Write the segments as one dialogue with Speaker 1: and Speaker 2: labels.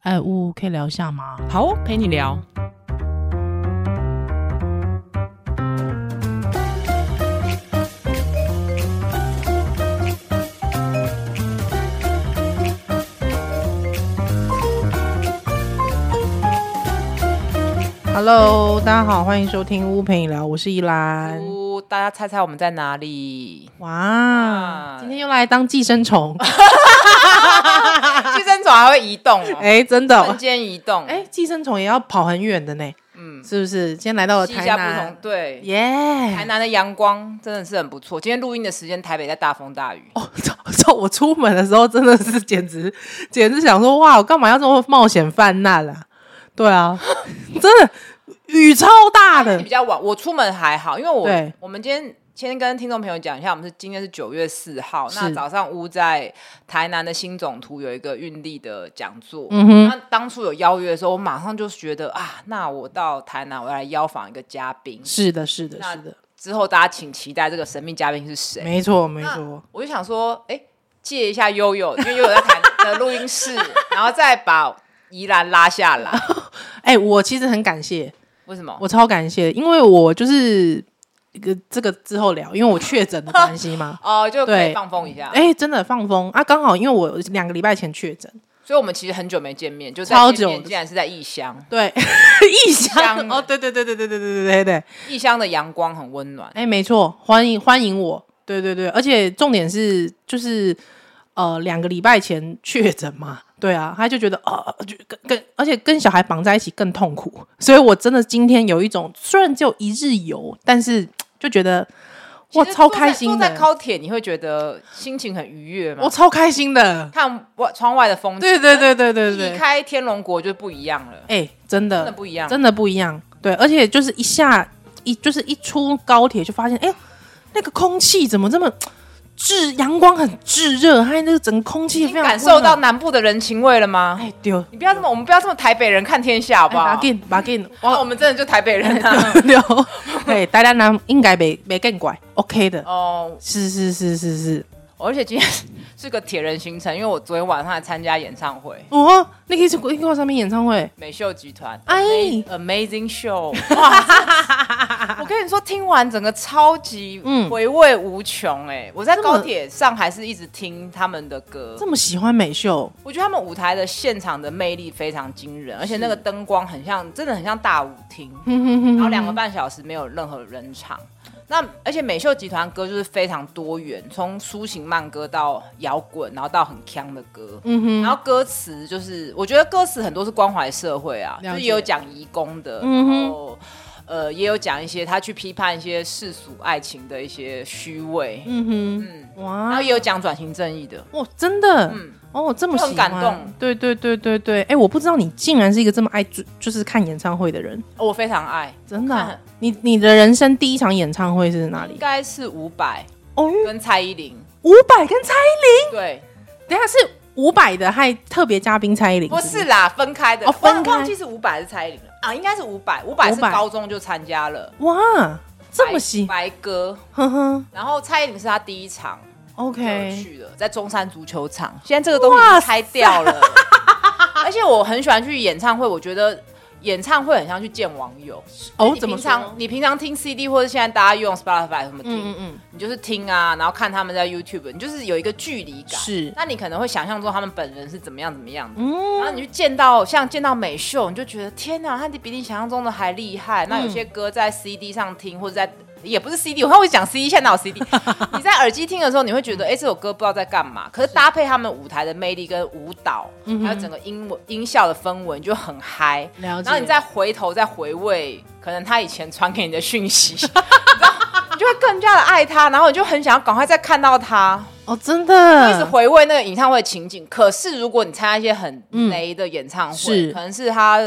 Speaker 1: 哎，呜，可以聊一下吗？
Speaker 2: 好哦，陪你聊。
Speaker 1: Hello，大家好，欢迎收听屋陪你聊，我是依兰。
Speaker 2: 呜，大家猜猜我们在哪里？
Speaker 1: 哇，今天又来当寄生虫，
Speaker 2: 寄生虫还会移动哦，
Speaker 1: 哎，真的
Speaker 2: 瞬
Speaker 1: 哦，
Speaker 2: 间移动，
Speaker 1: 哎，寄生虫也要跑很远的呢，
Speaker 2: 嗯，
Speaker 1: 是不是？今天来到了
Speaker 2: 吸一
Speaker 1: 台
Speaker 2: 下不同，
Speaker 1: 南，
Speaker 2: 对。
Speaker 1: 耶，
Speaker 2: 台南的阳光真的是很不错。今天录音的时间，台北在大风大雨。
Speaker 1: 哦，操操！我出门的时候真的是简直 简直想说，哇，我干嘛要这么冒险犯难啊？对 啊，真的雨超大
Speaker 2: 比
Speaker 1: 的，
Speaker 2: 较晚，我出门还好，因为我
Speaker 1: 对
Speaker 2: 我们今天先跟听众朋友讲一下，我们是今天是九月四号，
Speaker 1: 是
Speaker 2: 那早上乌在台南的新总图有一个运力的讲座。
Speaker 1: 嗯哼，
Speaker 2: 那当初有邀约的时候，我马上就觉得啊，那我到台南，我要来邀访一个嘉宾。
Speaker 1: 是的，是的，
Speaker 2: 那
Speaker 1: 是的，
Speaker 2: 之后大家请期待这个神秘嘉宾是谁。
Speaker 1: 没错，没
Speaker 2: 那
Speaker 1: 错，
Speaker 2: 我就想说，哎、借一下悠悠，因为悠悠在台南的录 音室，然后再把宜兰拉下来。
Speaker 1: 哎、我其实很感谢，
Speaker 2: 为什么？。
Speaker 1: 我超感谢，因为我就是一个这个之后聊，因为我确诊的关系嘛
Speaker 2: 哦、就可以
Speaker 1: 对
Speaker 2: 放风一下。
Speaker 1: 哎、真的放风啊！刚好因为我两个礼拜前确诊，
Speaker 2: 所以我们其实很久没见面，就在
Speaker 1: 超
Speaker 2: 见面
Speaker 1: 久的
Speaker 2: 竟然是在异乡，
Speaker 1: 对， 异乡
Speaker 2: 乡啊
Speaker 1: 哦，对对对对对对对对对对，
Speaker 2: 异乡的阳光很温暖。
Speaker 1: 哎，没错，欢迎欢迎我，对对对，而且重点是就是呃两个礼拜前确诊嘛，对啊，他就觉得啊、呃就跟跟而且跟小孩绑在一起更痛苦，所以我真的今天有一种虽然只有一日游，但是就觉得哇
Speaker 2: 其实
Speaker 1: 超
Speaker 2: 坐在
Speaker 1: 开心
Speaker 2: 坐在
Speaker 1: 的，
Speaker 2: 高铁，你会觉得心情很愉悦吗
Speaker 1: 我？超开心的，
Speaker 2: 看外窗外的风景，
Speaker 1: 对对对对对
Speaker 2: 离
Speaker 1: 对，
Speaker 2: 开天龙国就不一样了，
Speaker 1: 哎，真
Speaker 2: 真的
Speaker 1: 的
Speaker 2: 不一样。
Speaker 1: 真的不一样，对，而且就是一下一就是一出高铁就发现，哎呦，那个空气怎么这么炙，阳光很炙热，还有那个整个空气
Speaker 2: 你
Speaker 1: 非常
Speaker 2: 感受到
Speaker 1: 温暖，
Speaker 2: 南部的人情味了吗？
Speaker 1: 哎丢，哎
Speaker 2: 你不要这么，我们不要这么台北人看天下，好不
Speaker 1: 把
Speaker 2: 好？
Speaker 1: 劲把劲，
Speaker 2: 哇，哦我
Speaker 1: 哇
Speaker 2: 们真的就台北人啊。
Speaker 1: 丢，对，大家南应该没没更拐，OK 的，
Speaker 2: 哦，
Speaker 1: 是是是是是，
Speaker 2: 而且今天是个铁人行程，因为我昨天晚上还参加演唱会，
Speaker 1: 哦，那个去你可以上面演唱会，
Speaker 2: 美秀集团，
Speaker 1: 哎
Speaker 2: Amazing Show！哇，这我跟你说，听完整个超级
Speaker 1: 嗯
Speaker 2: 回味无穷哎、我在
Speaker 1: 这么
Speaker 2: 高铁上还是一直听他们的歌
Speaker 1: 这，么喜欢美秀，
Speaker 2: 我觉得他们舞台的现场的魅力非常惊人，而且那个灯光很像，真的很像大舞 厅。然后两个半小时没有任何人场。那而且美秀集团歌就是非常多元，从抒情慢歌到摇滚，然后到很腔的歌，
Speaker 1: 嗯
Speaker 2: 然后歌词就是我觉得歌词很多是关怀社会啊，就
Speaker 1: 了解嗯
Speaker 2: 是也有讲移工的，然后呃也有讲一些他去批判一些世俗爱情的一些虚伪，
Speaker 1: 嗯哼，
Speaker 2: 然
Speaker 1: 哇
Speaker 2: 后。也有讲转型正义的，
Speaker 1: 哇，真的，
Speaker 2: 嗯
Speaker 1: 哦，这么喜
Speaker 2: 就
Speaker 1: 欢
Speaker 2: 很感动
Speaker 1: 对对对对对，哎、我不知道你竟然是一个这么爱追就是看演唱会的人，
Speaker 2: 哦我非常爱，
Speaker 1: 真的啊、
Speaker 2: 看
Speaker 1: 你你的人生第一场演唱会是哪
Speaker 2: 应
Speaker 1: 里？
Speaker 2: 该是伍佰
Speaker 1: 哦，
Speaker 2: 跟蔡依林，
Speaker 1: 五百跟蔡依
Speaker 2: 对，
Speaker 1: 林，等一下是五百的，还特别嘉宾蔡依林，
Speaker 2: 不是啦，分开的。
Speaker 1: 哦分
Speaker 2: 忘
Speaker 1: 开
Speaker 2: 忘记是五百还是蔡依林了啊？应该是五百，五百是
Speaker 1: 伍佰
Speaker 2: 高中就参加了，
Speaker 1: 哇，这么
Speaker 2: 白
Speaker 1: 喜，
Speaker 2: 白歌。
Speaker 1: 呵呵
Speaker 2: 然后蔡依林是他第一场就
Speaker 1: ，OK，
Speaker 2: 去的，在中山足球场。现在这个东西已经拆掉了， 而且我很喜欢去演唱会，我觉得。演唱会很像去见网友
Speaker 1: 哦
Speaker 2: 你，
Speaker 1: 怎么
Speaker 2: 平
Speaker 1: 说
Speaker 2: 常你平常听 CD 或者现在大家用 Spotify 什么听，
Speaker 1: 嗯嗯嗯，
Speaker 2: 你就是听啊，然后看他们在 YouTube，你就是有一个距离感。
Speaker 1: 是
Speaker 2: 那你可能会想象中他们本人是怎么样怎么样的，然后你去见到像见到美秀，你就觉得天哪，他比你想象中的还厉害。那有些歌在 CD 上听，或者在也不是 CD，我看我讲 CD，现在哪有 CD？你在耳机听的时候，你会觉得哎、诶这首歌不知道在干嘛。可是搭配他们舞台的魅力跟舞蹈，还有整个音文音效的氛围，你就很嗨。
Speaker 1: 了解，
Speaker 2: 然后你再回头再回味，可能他以前传给你的讯 息，你知道你就会更加的爱他，然后你就很想要赶快再看到他，
Speaker 1: 哦，真
Speaker 2: 一直
Speaker 1: 的，
Speaker 2: 回味那个演唱会的情景。可是如果你参加一些很雷的演唱会，
Speaker 1: 嗯是
Speaker 2: 可能是他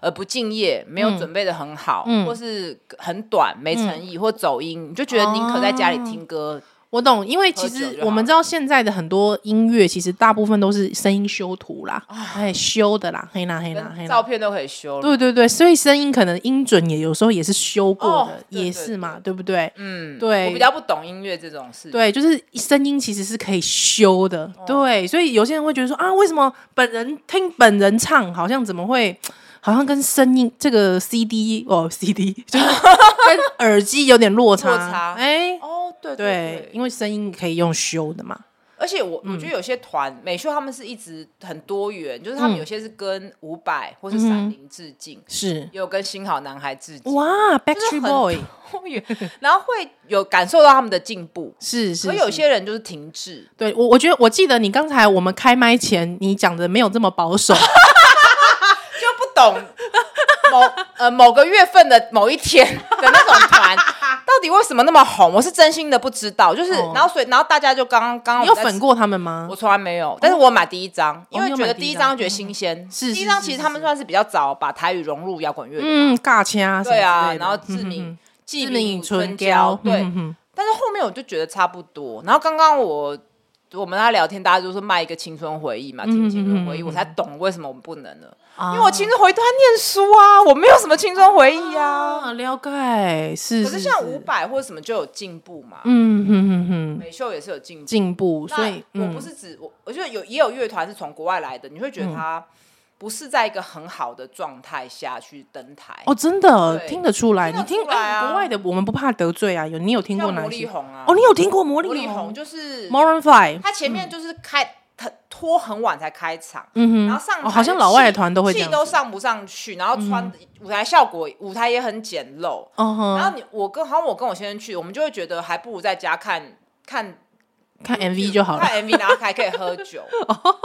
Speaker 2: 呃不敬业，没有准备的很好，
Speaker 1: 嗯
Speaker 2: 或是很短、没诚意、或走音，你就觉得宁可在家里听歌。
Speaker 1: 我懂，因为其
Speaker 2: 喝酒
Speaker 1: 实
Speaker 2: 就好
Speaker 1: 我们知道现在的很多音乐，其实大部分都是声音修图啦，哎，修的啦，黑啦黑啦黑
Speaker 2: 啊跟照
Speaker 1: 啦，
Speaker 2: 片都可以修了。
Speaker 1: 对对对，所以声音可能音准也有时候也是修过的，
Speaker 2: 哦对
Speaker 1: 也
Speaker 2: 对
Speaker 1: 是嘛，对不对？
Speaker 2: 嗯，
Speaker 1: 对
Speaker 2: 我比较不懂音乐这种事。，
Speaker 1: 对，就是声音其实是可以修的，
Speaker 2: 哦
Speaker 1: 对，所以有些人会觉得说啊，为什么本人听本人唱，好像怎么会，好像跟声音这个 CD 哦 CD 就是 跟耳机有点落差，
Speaker 2: 落差
Speaker 1: 哎、
Speaker 2: 哦，
Speaker 1: 对，
Speaker 2: 对对，
Speaker 1: 因为声音可以用修的嘛，
Speaker 2: 而且我
Speaker 1: 嗯
Speaker 2: 我觉得有些团美秀他们是一直很多元，就是他
Speaker 1: 嗯
Speaker 2: 们有些是跟伍佰或是闪灵致敬，
Speaker 1: 是
Speaker 2: 也有跟新好男孩致敬，
Speaker 1: 哇
Speaker 2: 就是
Speaker 1: ，Backstreet
Speaker 2: 很
Speaker 1: Boy
Speaker 2: 多元， 然后会有感受到他们的进步。
Speaker 1: 是是
Speaker 2: 可有
Speaker 1: 是
Speaker 2: 些人就是停滞，
Speaker 1: 对我我觉得我记得你刚才我们开麦前你讲的没有这么保 守，
Speaker 2: 就不懂某 呃某个月份的某一天的那种 团，到底为什么那么红？我是真心的不知道。就是，
Speaker 1: 哦
Speaker 2: 然后所以，然后大家就刚刚刚
Speaker 1: 你
Speaker 2: 我
Speaker 1: 有
Speaker 2: 在吃
Speaker 1: 粉，过他们吗
Speaker 2: 我？从来没有，但是我买第一张，因为
Speaker 1: 你有
Speaker 2: 觉
Speaker 1: 买
Speaker 2: 得
Speaker 1: 第一
Speaker 2: 第一
Speaker 1: 张嗯
Speaker 2: 张觉得新鲜。
Speaker 1: 是
Speaker 2: 第一
Speaker 1: 是
Speaker 2: 张，
Speaker 1: 是
Speaker 2: 其实
Speaker 1: 是
Speaker 2: 他们算是比较早把台语融入摇滚乐的。
Speaker 1: 嗯，尬掐什么
Speaker 2: 对
Speaker 1: 之
Speaker 2: 啊，
Speaker 1: 类的
Speaker 2: 然后志明。志明春
Speaker 1: 娇嗯
Speaker 2: 娇，对，但是后面我就觉得差不多。然后刚刚我我们在聊天，大家就说卖一个青春回忆嘛，听青春
Speaker 1: 嗯
Speaker 2: 回忆，我才懂为什么我们不能了。因为我青春回忆都在念书啊，我没有什么青春回忆啊。
Speaker 1: 啊，了解是。
Speaker 2: 可是像伍，佰或者什么就有进步嘛，
Speaker 1: 嗯哼哼哼，
Speaker 2: 美秀也是有进步。
Speaker 1: 进步，所以
Speaker 2: 那我
Speaker 1: 嗯
Speaker 2: 不是指我，我觉得有也有乐团是从国外来的，你会觉得他
Speaker 1: 嗯
Speaker 2: 不是在一个很好的状态下去登台。
Speaker 1: 哦，真的
Speaker 2: 对
Speaker 1: 听得出来，
Speaker 2: 听
Speaker 1: 你
Speaker 2: 得
Speaker 1: 听
Speaker 2: 出来啊
Speaker 1: 哎国外的我们不怕得罪啊，有你有听过
Speaker 2: 像
Speaker 1: 哪
Speaker 2: 魔力
Speaker 1: 些？
Speaker 2: 红啊，
Speaker 1: 哦，你有听过魔
Speaker 2: 魔力
Speaker 1: 力
Speaker 2: 红
Speaker 1: 红
Speaker 2: 就是
Speaker 1: ，Moron Five，
Speaker 2: 他前面就是开他拖很晚才开场，
Speaker 1: 嗯
Speaker 2: 然
Speaker 1: 哼，
Speaker 2: 后上台
Speaker 1: 哦好像老外的
Speaker 2: 气
Speaker 1: 团都会这
Speaker 2: 气
Speaker 1: 样
Speaker 2: 都
Speaker 1: 子嗯
Speaker 2: 上不上去，然后穿舞台效果舞台也很简陋，
Speaker 1: 哦哼，
Speaker 2: 然后你我跟好像我跟我先生去，我们就会觉得还不如在家看看
Speaker 1: 看 MV 就好了。哦
Speaker 2: 看 MV，然后还可以喝 酒，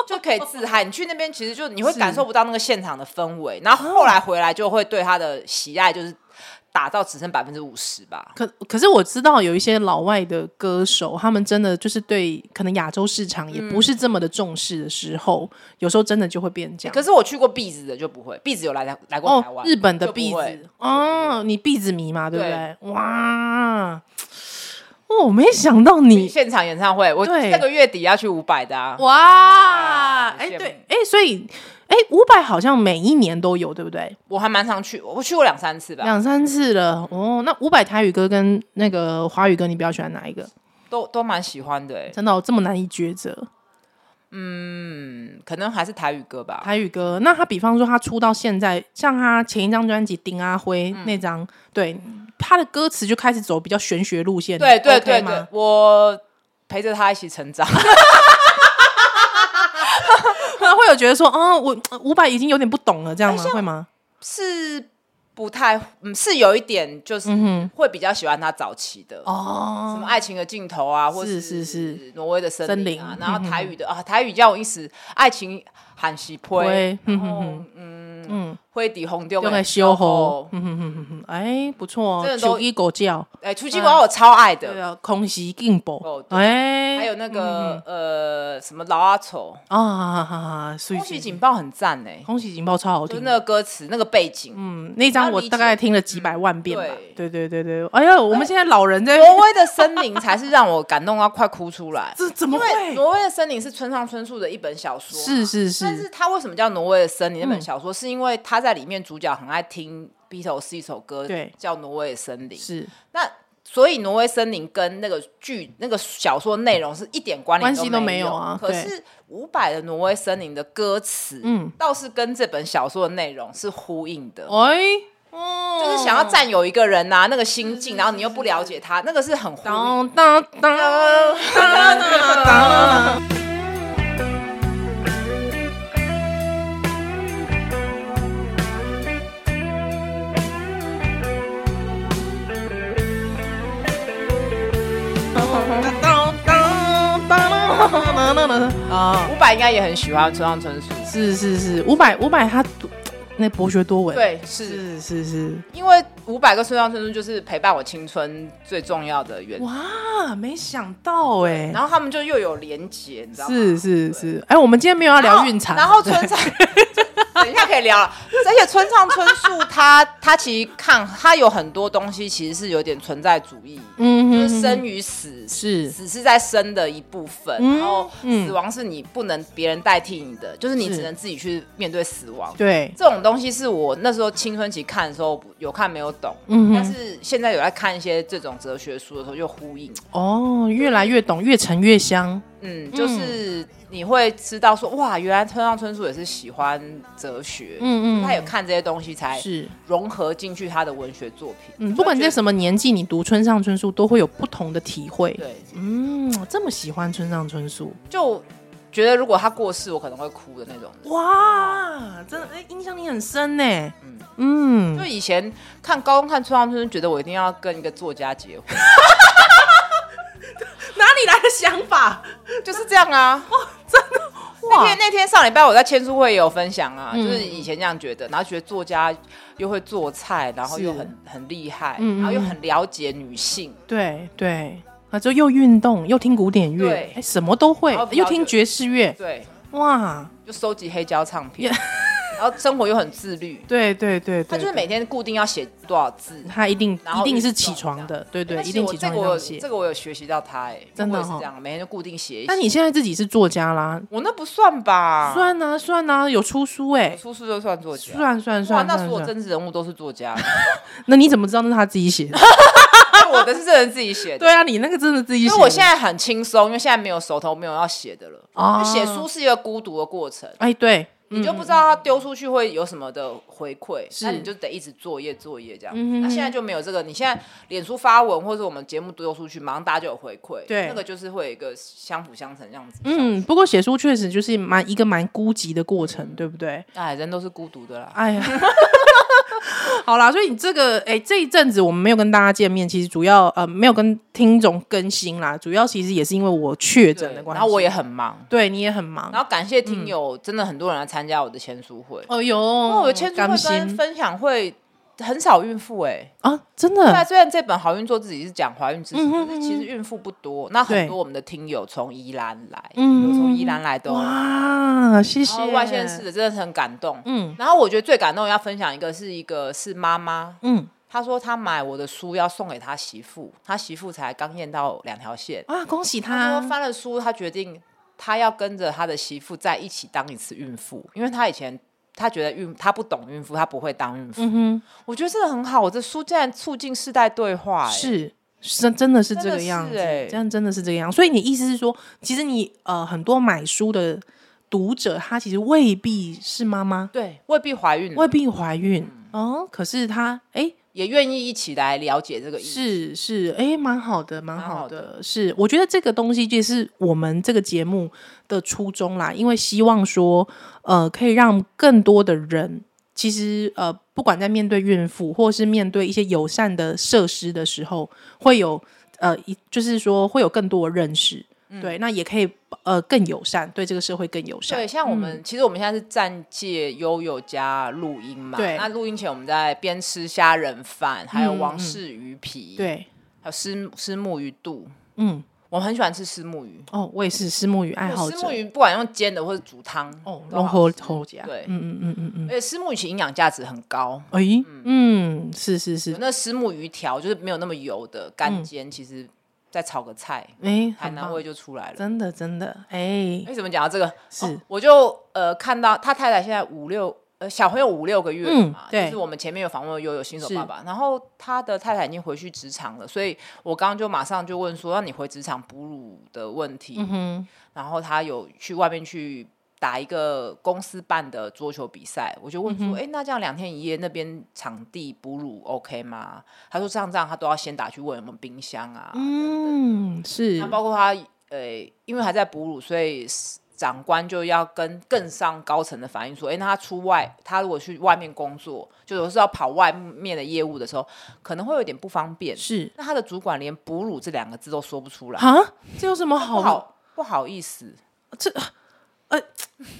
Speaker 2: 就可以自嗨。你去那边其实就你会感受不到那个现场的氛
Speaker 1: 嗯
Speaker 2: 围，然后后来回来就会对他的喜爱就是打到只剩百分之五十吧。
Speaker 1: 可可是我知道有一些老外的歌手，他们真的就是对可能亚洲市场也不是这么的重视的时候，有时候真的就会变这样。
Speaker 2: 可是我去过壁纸的就不会，壁纸有来来来过台
Speaker 1: 哦，
Speaker 2: 湾，
Speaker 1: 日本的
Speaker 2: 就不
Speaker 1: 壁
Speaker 2: 会
Speaker 1: 纸哦，你壁纸迷嘛，对不对？哇，哦，没想到你
Speaker 2: 现场演唱会，我
Speaker 1: 对
Speaker 2: 这个月底要去五百的、啊，
Speaker 1: 哇，
Speaker 2: 哎
Speaker 1: 哎
Speaker 2: 羡慕
Speaker 1: 对，哎所以哎五百好像每一年都有，对不对？
Speaker 2: 我还蛮常去，我去过两三次吧，
Speaker 1: 两三次了哦。那五百台语歌跟那个华语歌，你比较喜欢哪一个？
Speaker 2: 都都蛮喜欢的、欸。
Speaker 1: 真的哦、这么难以抉择？
Speaker 2: 嗯，可能还是台语歌吧。
Speaker 1: 台语歌，那他比方说他出到现在，像他前一张专辑《丁阿辉》
Speaker 2: 嗯
Speaker 1: 那张，对他的歌词就开始走比较玄学路线，
Speaker 2: 对对
Speaker 1: OK
Speaker 2: 对
Speaker 1: 吗
Speaker 2: 对，我陪着他一起成长。
Speaker 1: 可能会有觉得说，哦，我五百已经有点不懂了，这样吗？会吗？
Speaker 2: 是不太，嗯，是有一点，就是
Speaker 1: 嗯
Speaker 2: 会比较喜欢他早期的，什
Speaker 1: 哦，
Speaker 2: 么爱情的尽头啊，或
Speaker 1: 是是
Speaker 2: 是挪威的森
Speaker 1: 森
Speaker 2: 林啊
Speaker 1: 林，嗯
Speaker 2: 然后台语的啊，台语叫我一时爱情喊喜呸，
Speaker 1: 对，嗯
Speaker 2: 然后
Speaker 1: 哼哼，
Speaker 2: 嗯
Speaker 1: 嗯
Speaker 2: 嗯，灰底红丢
Speaker 1: 用来修喉，，嗯哼哼哼哼，哎，不错
Speaker 2: 真
Speaker 1: 哦，
Speaker 2: 的都
Speaker 1: 九一狗叫，
Speaker 2: 哎，出击广我超爱的
Speaker 1: 对，啊，空袭进步
Speaker 2: 哦，
Speaker 1: 哎，
Speaker 2: 还有那个呃什么老阿丑，
Speaker 1: 啊哈哈哈，所以
Speaker 2: 空袭警报很赞哎，
Speaker 1: 空袭警报超好
Speaker 2: 就是
Speaker 1: 听
Speaker 2: 那。个歌词那个背景，
Speaker 1: 嗯，那张我大概听了几
Speaker 2: 嗯
Speaker 1: 百万遍吧。对对对对，哎呀，我们现在老人在。
Speaker 2: 挪威的森林才是让我感动到快哭出来
Speaker 1: 这怎么
Speaker 2: 因为
Speaker 1: 会？
Speaker 2: 挪威的森林是村上春树的一本小说，
Speaker 1: 是嗯是是，
Speaker 2: 啊但是它为什么叫挪威的森林那本小说，是因为它在里面主角很爱听 Beatles 一首歌，
Speaker 1: 对
Speaker 2: 叫挪威的森林。
Speaker 1: 是
Speaker 2: 那所以挪威森林跟那个剧、那个小说内容是一点关联
Speaker 1: 关系都没有
Speaker 2: 有
Speaker 1: 啊
Speaker 2: 可
Speaker 1: 对
Speaker 2: 是伍佰的挪威森林的歌词，
Speaker 1: 嗯
Speaker 2: 嗯，倒是跟这本小说的内容是呼应的。
Speaker 1: 哎，哦
Speaker 2: 就是想要占有一个人呐、那个心境，然后你又不了解他，那个是很呼应。
Speaker 1: 当当当当当。啊，
Speaker 2: 伍佰应该也很喜欢村上春树，
Speaker 1: 是是是，五百五百，他读那博学多闻，，
Speaker 2: 对，是
Speaker 1: 是是是，
Speaker 2: 因为伍佰跟村上春树就是陪伴我青春最重要的原因，
Speaker 1: 哇，没想到哎、
Speaker 2: 然后他们就又有连结，你知道吗？
Speaker 1: 是是是，哎、我们今天没有要
Speaker 2: 然 后
Speaker 1: 聊孕产，
Speaker 2: 然后村上，等一下可以聊了。而且村上春树他他其实看他有很多东西其实是有点存在主义，
Speaker 1: 嗯
Speaker 2: 就
Speaker 1: 哼
Speaker 2: 是生与死
Speaker 1: 是
Speaker 2: 死是在生的一部分，
Speaker 1: 嗯
Speaker 2: 然后
Speaker 1: 嗯
Speaker 2: 死亡是你不能别人代替你的，就是你
Speaker 1: 是
Speaker 2: 只能自己去面对死亡。
Speaker 1: 对，
Speaker 2: 这种东西是我那时候青春期看的时候有看没有懂，
Speaker 1: 嗯
Speaker 2: 但
Speaker 1: 哼，
Speaker 2: 是现在有在看一些这种哲学书的时候就呼应，
Speaker 1: 哦，越来越懂，越沉越香，
Speaker 2: 嗯，就是你会知道说哇，原来村上春树也是喜欢哲学，
Speaker 1: 嗯
Speaker 2: 他有看这些东西才
Speaker 1: 是，
Speaker 2: 融合进去他的文学作品。
Speaker 1: 嗯，不管你在什么年纪，你读村上春树都会有不同的体会。
Speaker 2: 对，
Speaker 1: 嗯，这么喜欢村上春树，
Speaker 2: 就觉得如果他过世，我可能会哭的那种。
Speaker 1: 哇，真的，哎，影响你很深呢。
Speaker 2: 嗯
Speaker 1: 嗯
Speaker 2: 就以前看高中看村上春树，觉得我一定要跟一个作家结婚，
Speaker 1: 哪里来的想法？
Speaker 2: 就是这样啊。
Speaker 1: 哦
Speaker 2: 那天那天上礼拜我在签书会也有分享啊，就是
Speaker 1: 嗯
Speaker 2: 以前这样觉得，然后觉得作家又会做菜，然后又
Speaker 1: 是
Speaker 2: 很很厉害，
Speaker 1: 嗯嗯
Speaker 2: 然后又很了解女性，
Speaker 1: 对对，啊，就又运动，又听古典乐
Speaker 2: 对，
Speaker 1: 哎，什么都会
Speaker 2: 然后，比较
Speaker 1: 又听爵士乐，
Speaker 2: 对，
Speaker 1: 哇，
Speaker 2: 就收集黑胶唱片， 然后生活又很自律，
Speaker 1: 对对对
Speaker 2: 他
Speaker 1: 对，
Speaker 2: 就是每天固定要写多少字。
Speaker 1: 他一定
Speaker 2: 然
Speaker 1: 一
Speaker 2: 后
Speaker 1: 定是
Speaker 2: 运动
Speaker 1: 起床的，对对，
Speaker 2: 但
Speaker 1: 一
Speaker 2: 是
Speaker 1: 定
Speaker 2: 我
Speaker 1: 起床
Speaker 2: 这个
Speaker 1: 然后
Speaker 2: 我
Speaker 1: 写
Speaker 2: 这。个我有学习到他哎，
Speaker 1: 真的
Speaker 2: 我也是
Speaker 1: 哦
Speaker 2: 这样，每天就固定写一
Speaker 1: 那
Speaker 2: 写。
Speaker 1: 你现在自己是作家啦，
Speaker 2: 我那不算吧？
Speaker 1: 算啊算啊，有出书哎，
Speaker 2: 出书就算作家。
Speaker 1: 算算
Speaker 2: 哇，
Speaker 1: 算
Speaker 2: 那
Speaker 1: 算
Speaker 2: 所有
Speaker 1: 算，
Speaker 2: 政治人物都是作家，
Speaker 1: 那你怎么知道那是他自己 写的？
Speaker 2: 因为我的是真人自己写 的。
Speaker 1: 对啊，你那个真的自己
Speaker 2: 因
Speaker 1: 写
Speaker 2: 为
Speaker 1: 的。
Speaker 2: 我现在很轻松，因为现在没有手头，没有要写的了。
Speaker 1: 啊
Speaker 2: 因为写书是一个孤独的过程，
Speaker 1: 哎对，
Speaker 2: 你就不知道它丢出去会有什么的回馈，
Speaker 1: 嗯是
Speaker 2: 那你就得一直作业作业这样。
Speaker 1: 嗯哼
Speaker 2: 那现在就没有这个，你现在脸书发文或者我们节目丢出去，马上大家就有回馈，
Speaker 1: 对
Speaker 2: 那个就是会有一个相辅相成这样子。
Speaker 1: 嗯，不过写书确实就是蛮一个蛮孤寂的过程，对不对？
Speaker 2: 哎，人都是孤独 的啦。
Speaker 1: 哎 呀。好啦，所以你这个哎、这一阵子我们没有跟大家见面，其实主要呃没有跟听众更新啦，主要其实也是因为我确诊的
Speaker 2: 对
Speaker 1: 关系，
Speaker 2: 然后我也很忙，
Speaker 1: 对你也很忙，
Speaker 2: 然后感谢听友，真的很多人来参加我的签书会。
Speaker 1: 哦哟，
Speaker 2: 那我的签书
Speaker 1: 甘
Speaker 2: 会
Speaker 1: 心
Speaker 2: 跟分享会很少孕妇哎、欸，
Speaker 1: 啊，真
Speaker 2: 对啊，
Speaker 1: 的
Speaker 2: 虽然这本《好运做自己》是讲怀孕知识，
Speaker 1: 嗯哼
Speaker 2: 可是其实孕妇不多。那很
Speaker 1: 对
Speaker 2: 多我们的听友从宜兰来，
Speaker 1: 嗯
Speaker 2: 有从宜兰来的哦，
Speaker 1: 哇，谢谢
Speaker 2: 然后哦外县市的真的很感动。
Speaker 1: 嗯
Speaker 2: 然后我觉得最感动要分享一个是一个是妈妈，
Speaker 1: 嗯
Speaker 2: 她说她买我的书要送给她媳妇，她媳妇才刚验到两条线，
Speaker 1: 啊，恭喜他
Speaker 2: 她说翻了书，她决定她要跟着她的媳妇在一起当一次孕妇，因为她以前。她觉得孕，她不懂孕妇，她不会当孕妇。
Speaker 1: 嗯
Speaker 2: 我觉得真的很好，我这书竟然促进世代对话、
Speaker 1: 哼，
Speaker 2: 欸，
Speaker 1: 是。是真真的是这
Speaker 2: 真
Speaker 1: 个
Speaker 2: 的是
Speaker 1: 样子，
Speaker 2: 欸
Speaker 1: 这样真的是这个样。所以你意思是说，其实你呃很多买书的读者，他其实未必是妈妈，
Speaker 2: 对，未必怀孕了，
Speaker 1: 未必怀孕、
Speaker 2: 嗯
Speaker 1: 哦，可是他哎、
Speaker 2: 也愿意一起来了解这个议题。
Speaker 1: 是是，哎、蛮好的，蛮
Speaker 2: 蛮
Speaker 1: 好
Speaker 2: 好
Speaker 1: 的。
Speaker 2: 的
Speaker 1: 是，我觉得这个东西就是我们这个节目的初衷啦，因为希望说，呃，可以让更多的人，其实呃，不管在面对孕妇，或是面对一些友善的设施的时候，会有呃，一就是说会有更多的认识。
Speaker 2: 嗯
Speaker 1: 对，那也可以呃更友善，对这个社会更友善
Speaker 2: 对，。像我
Speaker 1: 嗯
Speaker 2: 们、其实我们现在是暂借悠悠家录音嘛，
Speaker 1: 对
Speaker 2: 那录音前我们在边吃虾仁饭，还有
Speaker 1: 嗯
Speaker 2: 王
Speaker 1: 嗯
Speaker 2: 氏鱼皮，，
Speaker 1: 对，
Speaker 2: 还有虱虱目鱼肚，
Speaker 1: 嗯，
Speaker 2: 我很喜欢吃虱目鱼，
Speaker 1: 哦，我也是石木鱼爱好
Speaker 2: 虱
Speaker 1: 者
Speaker 2: 目。鱼不管用煎的或者煮汤，
Speaker 1: 哦，
Speaker 2: 都
Speaker 1: 龙
Speaker 2: 好
Speaker 1: 喉
Speaker 2: 吃
Speaker 1: 喉夹。
Speaker 2: 对
Speaker 1: 嗯嗯嗯嗯嗯。
Speaker 2: 而且虱目鱼其实营养价值很高。
Speaker 1: 哎、嗯，是是是
Speaker 2: 有，那虱目鱼条就是没有那么油的干煎，其实再炒个菜，
Speaker 1: 哎、
Speaker 2: 海
Speaker 1: 嗯很
Speaker 2: 南
Speaker 1: 棒
Speaker 2: 味就出来了。
Speaker 1: 真的真的，哎、
Speaker 2: 哎，怎么讲到这个？
Speaker 1: 是
Speaker 2: 哦我就呃看到他太太现在五六呃小朋友五六个月了嘛，
Speaker 1: 嗯对
Speaker 2: 就是我们前面有访问悠悠新手
Speaker 1: 是
Speaker 2: 爸爸，然后他的太太已经回去职场了，所以我刚刚就马上就问说，让你回职场哺乳的问题，
Speaker 1: 嗯哼，
Speaker 2: 然后他有去外面去。打一个公司办的桌球比赛，我就问
Speaker 1: 嗯
Speaker 2: 说：“哎、那这样两天一夜那边场地哺乳 OK 吗？”他说：“这样这样，他都要先打去问有没有冰箱啊，
Speaker 1: 嗯，是
Speaker 2: 那包括他呃，因为还在哺乳，所以长官就要跟更上高层的反映说，哎、那他出外，他如果去外面工作，就有时候要跑外面的业务的时候，可能会有点不方便。
Speaker 1: 是
Speaker 2: 那他的主管连哺乳这两个字都说不出来，
Speaker 1: 啊，这有什么
Speaker 2: 不
Speaker 1: 好？
Speaker 2: 好不好意思，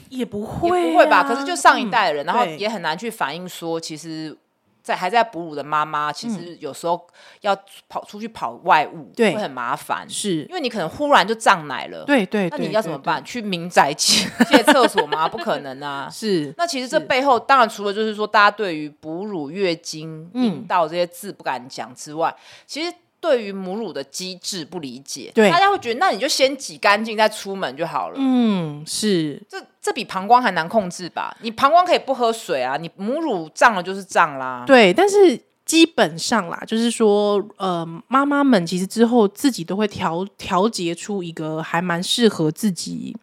Speaker 1: 也不
Speaker 2: 也
Speaker 1: 会、
Speaker 2: 不会吧？可是就上一代的人，
Speaker 1: 嗯
Speaker 2: 然后
Speaker 1: 对
Speaker 2: 也很难去反映说，其实在还在哺乳的妈妈，其实有时候要跑出去跑外务，
Speaker 1: 嗯对
Speaker 2: 会很麻烦，
Speaker 1: 是
Speaker 2: 因，为你可能忽然就胀奶了，
Speaker 1: 对对
Speaker 2: 那
Speaker 1: 哎对，
Speaker 2: 你要怎
Speaker 1: 对
Speaker 2: 么？办？去民 宅借借厕所吗？不可能啊
Speaker 1: 对。是，
Speaker 2: 那其实这背后，当然除了就是说大家对于哺乳、月经、
Speaker 1: 嗯
Speaker 2: 阴道这些字不敢讲之外，其实对于母乳的机制不理解，
Speaker 1: 对
Speaker 2: 大家会觉得那你就先挤干净再出门就好了。
Speaker 1: 嗯，是，
Speaker 2: 这这比膀胱还难控制吧？你膀胱可以不喝水啊，你母乳胀了就是胀啦。
Speaker 1: 对，但是基本上啦，就是说，呃，妈妈们其实之后自己都会调调节出一个还蛮适合自己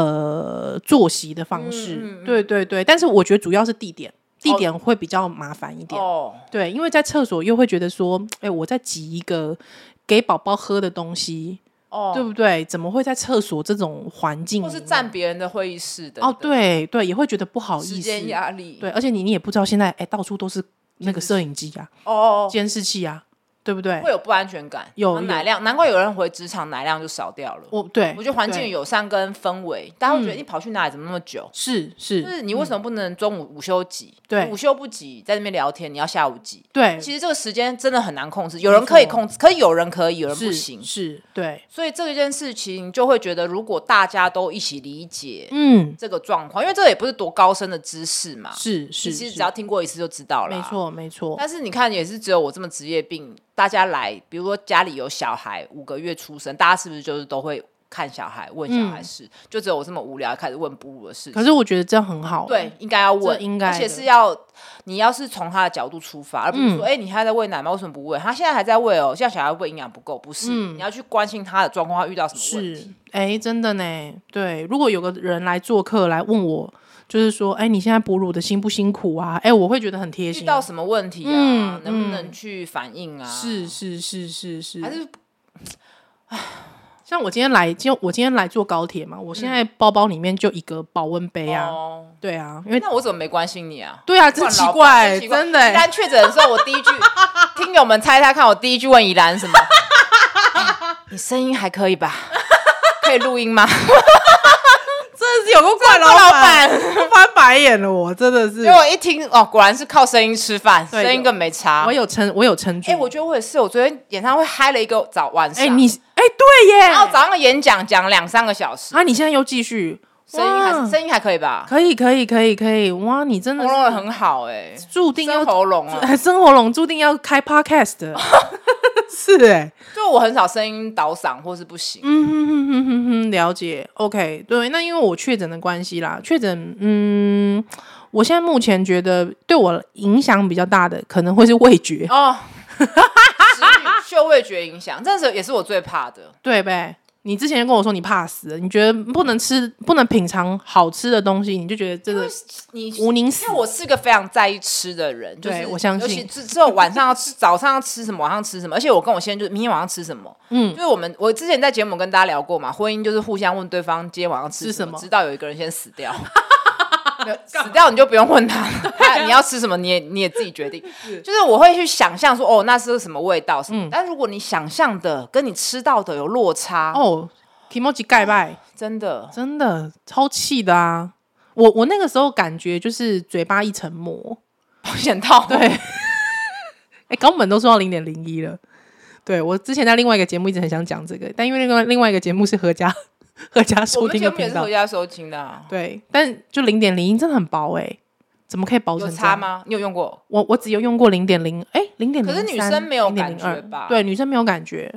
Speaker 1: 呃作息的方式。
Speaker 2: 嗯嗯嗯
Speaker 1: 对对对，但是我觉得主要是地点，地
Speaker 2: 哦
Speaker 1: 点会比较麻烦一点。
Speaker 2: 哦，
Speaker 1: 对，因为在厕所又会觉得说，哎，我在挤一个给宝宝喝的东西，
Speaker 2: 哦
Speaker 1: 对不对？怎么会在厕所这种环境里
Speaker 2: 或
Speaker 1: 面？
Speaker 2: 是占别人的会议室的
Speaker 1: 哦，，对对，也会觉得不好
Speaker 2: 时
Speaker 1: 意思。
Speaker 2: 间压力，
Speaker 1: 对，而且你你也不知道现在哎，到处都是那个摄影机啊。
Speaker 2: 哦，
Speaker 1: 监视器啊，对不对
Speaker 2: 会？有不安全感，
Speaker 1: 有
Speaker 2: 然后奶量，难怪有人回职场奶量就少掉了。
Speaker 1: 我对，
Speaker 2: 我觉得环境
Speaker 1: 对嗯
Speaker 2: 友善跟氛围，大家会觉得你跑去哪里怎么那么久？
Speaker 1: 是，
Speaker 2: 就是是你为什么不能中午午休挤？
Speaker 1: 嗯对
Speaker 2: 午休不挤，在那边聊天，你要下午挤。
Speaker 1: 对，
Speaker 2: 其实这个时间真的很难控制，有人可以控制，可是有人可以，有人
Speaker 1: 是
Speaker 2: 不行。
Speaker 1: 是，对，
Speaker 2: 所以这件事情就会觉得，如果大家都一起理解
Speaker 1: 嗯，
Speaker 2: 这个状况，因为这也不是多高深的知识嘛，
Speaker 1: 是是
Speaker 2: 啊你其实
Speaker 1: 是
Speaker 2: 只要听过一次就知道了。
Speaker 1: 没。错没错，
Speaker 2: 但是你看，也是只有我这么职业病，大家来，比如说家里有小孩五个月出生，大家是不是就是都会看小孩、问小孩事？就只有我这么无聊，开始问哺乳的事
Speaker 1: 嗯可
Speaker 2: 情。
Speaker 1: 是我觉得这样很好，
Speaker 2: 对，，应该要问，
Speaker 1: 这应该的
Speaker 2: 而且是要你要是从他的角度出发，而不是说，
Speaker 1: 嗯
Speaker 2: 哎、你还在喂奶吗？为什么不喂？他现在还在喂哦，现在小孩会不会营养不够？不是，
Speaker 1: 嗯
Speaker 2: 你要去关心他的状况，他遇到什么问
Speaker 1: 是
Speaker 2: 题。，
Speaker 1: 哎，真的呢，对，如果有个人来做客来问我，就是说，哎，你现在哺乳的辛不辛苦啊？哎，我会觉得很贴
Speaker 2: 遇
Speaker 1: 心，
Speaker 2: 到什么问题啊？
Speaker 1: 嗯
Speaker 2: 能不能去反应啊？
Speaker 1: 是，是是是
Speaker 2: 还
Speaker 1: 是，
Speaker 2: 是
Speaker 1: 像我今天来，今我今天来坐高铁嘛，我现在包包里面就一个保温杯啊，
Speaker 2: 哦，
Speaker 1: 对啊，因为
Speaker 2: 那我怎么没关心你啊？
Speaker 1: 对啊，真
Speaker 2: 换
Speaker 1: 奇
Speaker 2: 老板
Speaker 1: 怪，
Speaker 2: 真奇怪
Speaker 1: 真的欸
Speaker 2: 宜，兰确诊的时候，我第 一句，听友们猜猜看，我第一句问宜兰什么？哎你声音还可以吧？可以录音吗？
Speaker 1: 真的是有个怪老板，欸 翻白眼了我，真的是
Speaker 2: 因为。我一听哦，果然是靠声音吃饭，
Speaker 1: 对
Speaker 2: 声音更没差
Speaker 1: 我。有撑，我有撑住。
Speaker 2: 哎、我觉得我也是，我昨天演唱会嗨了一个早晚上，
Speaker 1: 哎、你哎、对耶，
Speaker 2: 然后早上的演讲讲两三个小时，
Speaker 1: 啊，你现在又继续，
Speaker 2: 声音还
Speaker 1: 哇
Speaker 2: 是声音还可以吧，
Speaker 1: 可以可以可以可以，哇，你真
Speaker 2: 喉
Speaker 1: 的
Speaker 2: 咙
Speaker 1: 是
Speaker 2: 也很好哎、
Speaker 1: 注定要
Speaker 2: 生喉咙啊，
Speaker 1: 哎 生活龙注定要开 podcast 的，是哎、
Speaker 2: 就我很少声音倒嗓或是不行，
Speaker 1: 嗯哼哼哼哼哼，了解，OK，对，那因为我确诊的关系啦，确诊，嗯，我现在目前觉得对我影响比较大的可能会是味觉，
Speaker 2: 哦，食欲嗅味觉影响，这是也是我最怕的。
Speaker 1: 对呗？你之前跟我说你怕死了，你觉得不能吃、不能品尝好吃的东西，你就觉得这个
Speaker 2: 你
Speaker 1: 无宁死
Speaker 2: 因为。我是个非常在意吃的人，就
Speaker 1: 对
Speaker 2: 是
Speaker 1: 我相信
Speaker 2: 尤其只只有晚上要吃，早上要吃什么，晚上吃什么，而且我跟我先生就是明天晚上吃什么，嗯，就是我们我之前在节目跟大家聊过嘛，婚姻就是互相问对方今天晚上吃
Speaker 1: 吃
Speaker 2: 什
Speaker 1: 什
Speaker 2: 么，
Speaker 1: 么
Speaker 2: 直到有一个人先死掉。没有死掉你就不用问他 了，他你要吃什么你也你也自己决定。就是我会去想象说，哦，那是什么味道什
Speaker 1: 嗯
Speaker 2: 么。但如果你想象的跟你吃到的有落差，
Speaker 1: 哦 k i m o j i 盖拜，
Speaker 2: 真的
Speaker 1: 真的超气的啊！我我那个时候感觉就是嘴巴一层膜，
Speaker 2: 保险套对
Speaker 1: 哎、冈本都说到零点零一了。对我之前在另外一个节目一直很想讲这个，但因为另外另外一个节目是合家 合家
Speaker 2: 我
Speaker 1: 收
Speaker 2: 们
Speaker 1: 听
Speaker 2: 节
Speaker 1: 的
Speaker 2: 目也
Speaker 1: 频
Speaker 2: 是
Speaker 1: 道
Speaker 2: 回，家收听的、啊，
Speaker 1: 对，但就零点零一真的很薄哎、怎么可以薄成
Speaker 2: 有
Speaker 1: 这
Speaker 2: 差
Speaker 1: 样？
Speaker 2: 吗？你有用过？
Speaker 1: 我我只有用过零点零，哎，零点零，
Speaker 2: 可是女生没有感觉吧
Speaker 1: 对，女生没有感觉，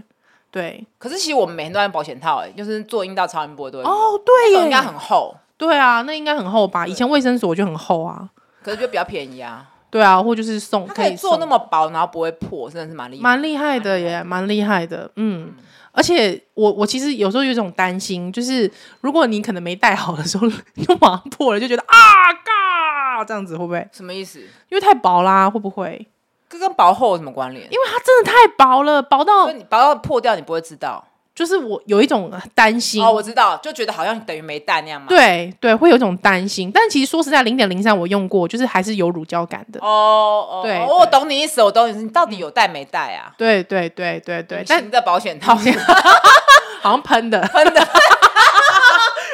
Speaker 1: 对，
Speaker 2: 可是其实我们每天都按保险套、欸，哎，就是做阴道超音波都会用，
Speaker 1: 哦，对
Speaker 2: 那种
Speaker 1: 耶，
Speaker 2: 应该很厚，
Speaker 1: 对啊，那应该很厚吧？以前卫生所就很厚啊，
Speaker 2: 可是就比较便宜啊。
Speaker 1: 对啊，或就是送，
Speaker 2: 它可以做
Speaker 1: 送
Speaker 2: 那么薄，然后不会破，真的是蛮厉害。
Speaker 1: 蛮厉害的耶，蛮厉害的，嗯。而且我我其实有时候有一种担心，就是如果你可能没戴好的时候 就马上破了，就觉得啊嘎这样子会不会？
Speaker 2: 什么意思？
Speaker 1: 因为太薄啦，会不会？
Speaker 2: 这跟薄厚有什么关联？因
Speaker 1: 因为它真的太薄了，薄到
Speaker 2: 为你薄到破掉，你不会知道。
Speaker 1: 就是我有一种担心
Speaker 2: 哦，我知道，就觉得好像等于没蛋那样嘛。，
Speaker 1: 对对，会有一种担心，但其实说实在，零点零三我用过，就是还是有乳胶感的。
Speaker 2: 哦哦，
Speaker 1: 对
Speaker 2: 哦
Speaker 1: 对
Speaker 2: 我懂你意思，我懂你意思。你到底有带没带啊？
Speaker 1: 对对对对对，但
Speaker 2: 但的保 险套
Speaker 1: 好像喷的，
Speaker 2: 喷 的，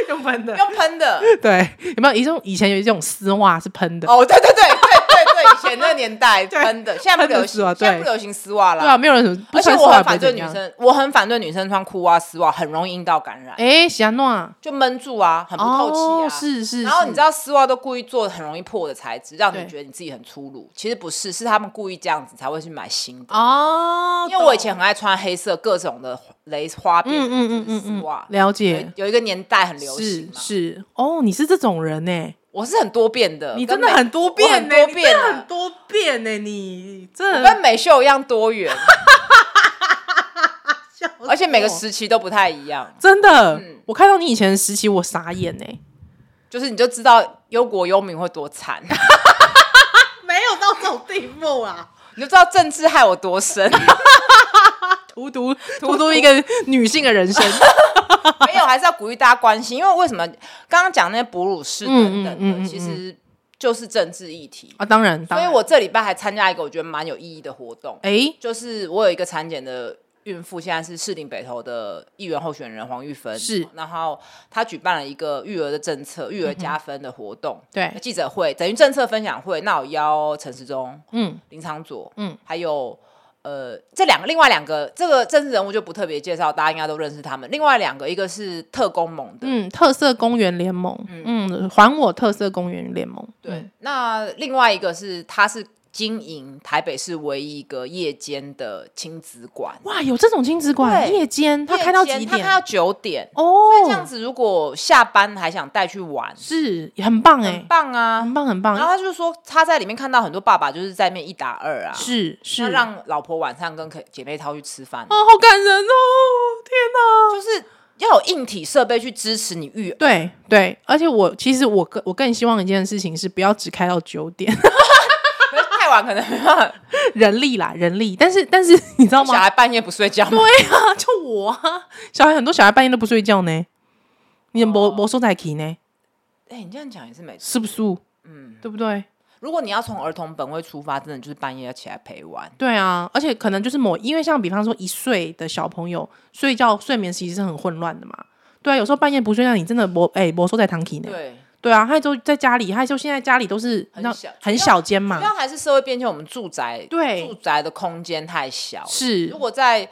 Speaker 1: 用喷的。
Speaker 2: 用喷的。
Speaker 1: 对，有没有一种以前有一种丝袜是喷的？
Speaker 2: 哦，对对对对对对，以前对，那个年代真的，现在不流
Speaker 1: 真的是啊
Speaker 2: 行，
Speaker 1: 对
Speaker 2: 现在不流行丝袜
Speaker 1: 对啊，
Speaker 2: 啦。
Speaker 1: 没有人不
Speaker 2: 而且
Speaker 1: 穿丝
Speaker 2: 我
Speaker 1: 袜
Speaker 2: 很
Speaker 1: 不会
Speaker 2: 反对
Speaker 1: 怎
Speaker 2: 女
Speaker 1: 样。
Speaker 2: 生，我很反对女生穿裤袜、丝袜，很容易阴道感染，
Speaker 1: 哎，喜安诺，
Speaker 2: 就闷住啊，很不透气
Speaker 1: 哦，
Speaker 2: 啊。
Speaker 1: 是是，
Speaker 2: 然后你
Speaker 1: 是
Speaker 2: 知道丝袜都故意做很容易破的材质，让
Speaker 1: 对
Speaker 2: 你觉得你自己很粗鲁。其实不是，是他们故意这样子才会去买新的。
Speaker 1: 哦，
Speaker 2: 因为我以
Speaker 1: 懂
Speaker 2: 前很爱穿黑色各种的蕾花边
Speaker 1: 嗯嗯嗯
Speaker 2: 的
Speaker 1: 嗯
Speaker 2: 丝袜
Speaker 1: 嗯，，了解，
Speaker 2: 有有一个年代很流行
Speaker 1: 是
Speaker 2: 嘛。
Speaker 1: 是，哦，你是这种人呢，
Speaker 2: 我是很多变的，
Speaker 1: 你
Speaker 2: 跟
Speaker 1: 真的
Speaker 2: 美
Speaker 1: 很多
Speaker 2: 我
Speaker 1: 变
Speaker 2: 很
Speaker 1: 呢，
Speaker 2: 多
Speaker 1: 你
Speaker 2: 变
Speaker 1: 真的
Speaker 2: 啊
Speaker 1: 很多变呢，你
Speaker 2: 我
Speaker 1: 这
Speaker 2: 跟美秀一样多 元，
Speaker 1: 笑死
Speaker 2: 而且每个
Speaker 1: 我
Speaker 2: 时期都不太一样，
Speaker 1: 真的，
Speaker 2: 嗯
Speaker 1: 我看到你以前的时期，我傻眼欸呢，
Speaker 2: 就是你就知道忧国忧民会多惨，
Speaker 1: 没有到这种地步啊。
Speaker 2: 你就知道政治害我多深。
Speaker 1: 荼毒荼毒一个女性的人 生，
Speaker 2: 没有，还是要鼓励大家关心，因为为什么刚刚讲那些哺乳室等等的，
Speaker 1: 嗯嗯嗯嗯嗯
Speaker 2: 其实就是政治议题。
Speaker 1: 啊，当然，当
Speaker 2: 所以
Speaker 1: 然，
Speaker 2: 我这礼拜还参加一个我觉得蛮有意义的活动，
Speaker 1: 哎，
Speaker 2: 就是我有一个产检的孕妇，现在是士林北投的议员候选人黄玉芬，
Speaker 1: 是
Speaker 2: 然后她举办了一个育儿的政策、育儿
Speaker 1: 嗯
Speaker 2: 加分的活动，
Speaker 1: 对，
Speaker 2: 记者会等于政策分享会，那我邀陈时中、
Speaker 1: 嗯，
Speaker 2: 林长佐，
Speaker 1: 嗯
Speaker 2: 嗯，还有。呃，这两个，另外两个这个政治人物就不特别介绍，大家应该都认识他们。另外两个，一个是特工盟的，
Speaker 1: 嗯，特色公园联盟，嗯，还我特色公园联盟，嗯
Speaker 2: 对，那另外一个是他是经营台北市唯一一个夜间的亲子馆，
Speaker 1: 哇，有这种亲子馆，
Speaker 2: 对
Speaker 1: 夜间他开到几
Speaker 2: 夜间他
Speaker 1: 点
Speaker 2: 开？到九点。这样
Speaker 1: 哦，
Speaker 2: 子，如果下班还想带去玩，
Speaker 1: 是很棒
Speaker 2: 很
Speaker 1: 哎，
Speaker 2: 棒啊
Speaker 1: 很。棒很
Speaker 2: 然后
Speaker 1: 棒，
Speaker 2: 他就说，他在里面看到很多爸爸就是在面一打二啊，
Speaker 1: 是
Speaker 2: 他
Speaker 1: 是，啊，
Speaker 2: 让老婆晚上跟可姐妹淘去吃饭，啊
Speaker 1: 好感人哦，天哪！
Speaker 2: 就是要有硬体设备去支持你育儿。
Speaker 1: 对对，而且我其实我更我更希望一件事情是不要只开到九点，
Speaker 2: 可是太晚可能没办法，
Speaker 1: 人力啦人力，但是但是 你知道
Speaker 2: 小
Speaker 1: 吗？
Speaker 2: 孩半夜不睡觉吗？
Speaker 1: 啊，就我啊，小孩很多小孩半夜都不睡觉呢，你怎
Speaker 2: 哦
Speaker 1: 么没收在起呢？
Speaker 2: 哎、你这样讲也是没错。
Speaker 1: 是不是？嗯，对不对？
Speaker 2: 如果你要从儿童本位出发，真的就是半夜要起来陪玩。
Speaker 1: 对啊，而且可能就是某，因为像比方说一岁的小朋友睡觉睡眠其实是很混乱的嘛。对啊，有时候半夜不睡觉，你真的没哎没收在堂起呢。
Speaker 2: 对，
Speaker 1: 对啊，害就在家里，害就现在家里都是
Speaker 2: 很
Speaker 1: 那
Speaker 2: 小
Speaker 1: 很小间嘛
Speaker 2: 主。要啊还是社会变迁，我们住宅
Speaker 1: 对嗯
Speaker 2: 住宅的空间太小了。
Speaker 1: 是，
Speaker 2: 如果在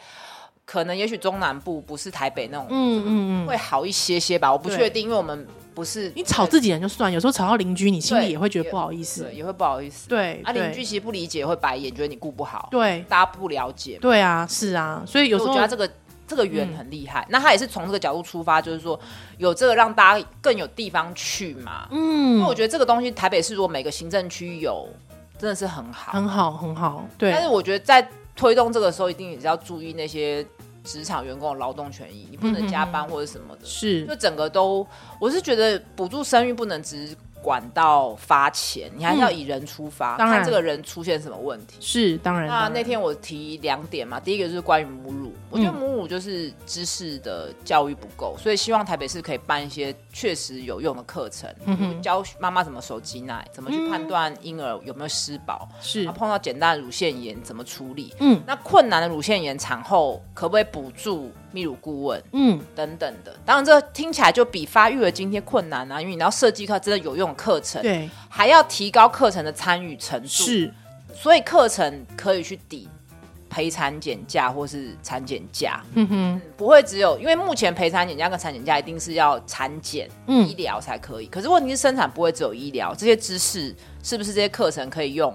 Speaker 2: 可能也许中南部不是台北那种，
Speaker 1: 嗯嗯嗯，
Speaker 2: 会好一些些吧，我不
Speaker 1: 对
Speaker 2: 确定，因为我们不是
Speaker 1: 你吵自己人就算，有时候吵到邻居，你心里
Speaker 2: 对
Speaker 1: 也会觉得
Speaker 2: 也
Speaker 1: 不好意思
Speaker 2: 对。也会不好意思。
Speaker 1: 对，
Speaker 2: 啊，
Speaker 1: 对
Speaker 2: 邻居其实不理解，会白眼，觉得你顾不好，
Speaker 1: 对
Speaker 2: 大家不了解。
Speaker 1: 对啊，是啊，所以有
Speaker 2: 有
Speaker 1: 时
Speaker 2: 时
Speaker 1: 候嗯
Speaker 2: 候我觉得这个这个圆很厉害，那他也是从这个角度出发，就是说有这个让大家更有地方去嘛。因
Speaker 1: 嗯
Speaker 2: 为我觉得这个东西，台北市如果每个行政区有，真的是很好。
Speaker 1: 很好很好，
Speaker 2: 但
Speaker 1: 对
Speaker 2: 是我觉得在推动这个时候，一定也是要注意那些职场员工的劳动权益，你不能加
Speaker 1: 嗯
Speaker 2: 班或者什么的。
Speaker 1: 是
Speaker 2: 就整个都，我是觉得补助生育不能只管到发钱，你还是要以人出发，
Speaker 1: 嗯当然
Speaker 2: 看这个人出现什么问题。
Speaker 1: 是当然。
Speaker 2: 那
Speaker 1: 当然嗯
Speaker 2: 那天我提两点嘛，第一个就是关于母乳，我觉得母乳就是知识的教育不够，所以希望台北市可以办一些确实有用的课程，
Speaker 1: 嗯哼嗯
Speaker 2: 教妈妈怎么手挤奶，怎么去判断婴儿有没有失饱，
Speaker 1: 是
Speaker 2: 啊碰到简单的乳腺炎怎么处理，
Speaker 1: 嗯
Speaker 2: 那困难的乳腺炎产后可不可以补助泌乳顾问
Speaker 1: 嗯
Speaker 2: 等等的，当然这听起来就比发育儿津贴困难啊，因为你要设计一套真的有用的课程，
Speaker 1: 对
Speaker 2: 还要提高课程的参与程度，
Speaker 1: 是
Speaker 2: 所以课程可以去抵陪产检假或是产检假，
Speaker 1: 嗯哼
Speaker 2: 不会只有因为目前陪产检假跟产检假一定是要产检、
Speaker 1: 嗯
Speaker 2: 医疗才可以，可是问题是生产不会只有医疗，这些知识是不是这些课程可以用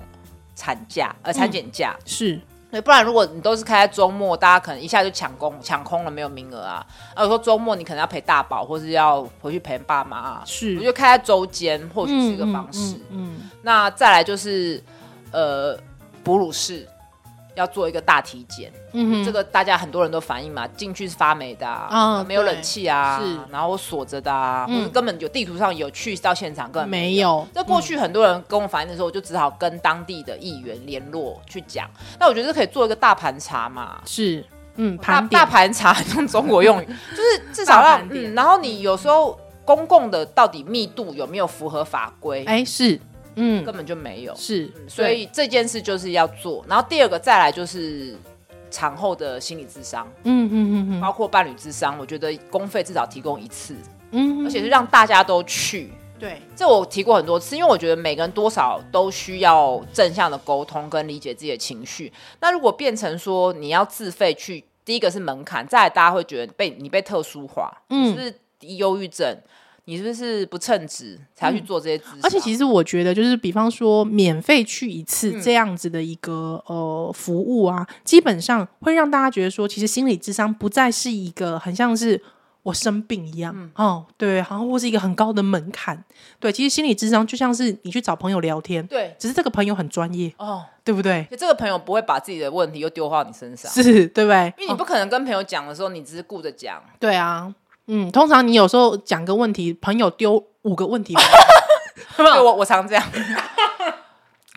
Speaker 2: 产假
Speaker 1: 嗯
Speaker 2: 呃产检假？
Speaker 1: 是
Speaker 2: 对，不然如果你都是开在周末，大家可能一下就抢空抢空了，没有名额啊。啊，有时候周末你可能要陪大宝，或是要回去陪爸妈啊。
Speaker 1: 是
Speaker 2: 我觉得开在周间或许是
Speaker 1: 嗯
Speaker 2: 一个方式。
Speaker 1: 嗯嗯
Speaker 2: 那再来就是，呃，哺乳室要做一个大体检，
Speaker 1: 嗯哼
Speaker 2: 这个大家很多人都反映嘛，进去是发霉的啊，
Speaker 1: 啊
Speaker 2: 没有
Speaker 1: 对
Speaker 2: 冷气啊，
Speaker 1: 是嗯
Speaker 2: 然后锁着的啊，或者根本有地图上有去到现场根本
Speaker 1: 没
Speaker 2: 有
Speaker 1: 有
Speaker 2: 这过去很多人跟我反映的时候，我就只好跟当地的议员联络去讲。那我觉得可以做一个大盘查嘛，
Speaker 1: 是嗯
Speaker 2: 大
Speaker 1: 盘点
Speaker 2: 大盘查用中 国用语，就是至少
Speaker 1: 大
Speaker 2: 让
Speaker 1: 盘点
Speaker 2: 嗯，然后你有时候公共的到底密度有没有符合法规，
Speaker 1: 哎是嗯
Speaker 2: 根本就没有，
Speaker 1: 是，
Speaker 2: 嗯所以这件事就是要做。然后第二个再来就是产后的心理智商，
Speaker 1: 嗯嗯嗯
Speaker 2: 包括伴侣智商，我觉得公费至少提供一次，
Speaker 1: 嗯嗯
Speaker 2: 而且是让大家都去。
Speaker 1: 对，
Speaker 2: 这我提过很多次，因为我觉得每个人多少都需要正向的沟通跟理解自己的情绪。那如果变成说你要自费去，第一个是门槛，再来大家会觉得被你被特殊化，
Speaker 1: 嗯
Speaker 2: 你是不是忧郁症？你是不是不称职才要去做这些咨商、
Speaker 1: 嗯而且其
Speaker 2: 实
Speaker 1: 实我觉得，就是比方说免费去一次
Speaker 2: 嗯
Speaker 1: 这样子的一个、呃服务啊，基本上会让大家觉得说，其实心理智商不再是一个很像是我生病一样、
Speaker 2: 嗯
Speaker 1: 哦，对，好像或是一个很高的门槛。对，其实心理智商就像是你去找朋友聊天，
Speaker 2: 对
Speaker 1: 只是这个朋友很专业，
Speaker 2: 哦，
Speaker 1: 对不对？
Speaker 2: 就这个朋友不会把自己的问题又丢到你身上，
Speaker 1: 是，对不对？
Speaker 2: 啊
Speaker 1: 哦
Speaker 2: 因为你不可能跟朋友讲的时候，你只是顾着讲，
Speaker 1: 对啊，嗯，通常你有时候讲个问题，朋友丢五个问题回来， 有没
Speaker 2: 对
Speaker 1: 有
Speaker 2: 我我常这样，